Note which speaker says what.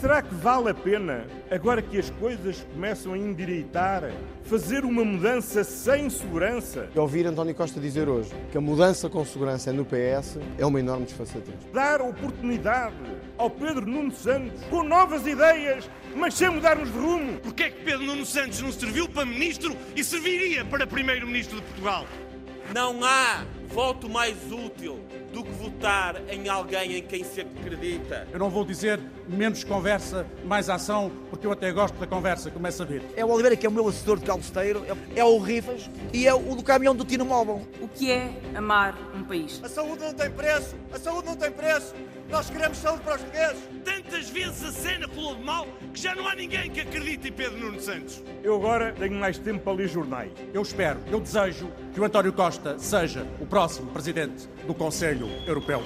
Speaker 1: Será que vale a pena, agora que as coisas começam a endireitar, fazer uma mudança sem segurança?
Speaker 2: E É ouvir António Costa dizer hoje que a mudança com segurança no PS é uma enorme desfaçatez.
Speaker 1: Dar oportunidade ao Pedro Nuno Santos com novas ideias, mas sem mudarmos de rumo?
Speaker 3: Porquê é que Pedro Nuno Santos não serviu para ministro e serviria para primeiro-ministro de Portugal?
Speaker 4: Não há voto mais útil do que votar em alguém em quem se acredita.
Speaker 5: Eu não vou dizer menos conversa, mais ação, porque eu até gosto da conversa, começa a vir.
Speaker 6: É o Oliveira que é o meu assessor de calceteiro, é o Rivas e é o do caminhão do Tino Móvel.
Speaker 7: O que é amar um país?
Speaker 8: A saúde não tem preço, a saúde não tem preço. Nós queremos saúde para os portugueses.
Speaker 3: Tantas vezes a cena pulou de mal que já não há ninguém que acredite em Pedro Nuno Santos.
Speaker 1: Eu agora tenho mais tempo para ler jornais.
Speaker 5: Eu espero, eu desejo que o António Costa seja o próximo presidente do Conselho Europeu.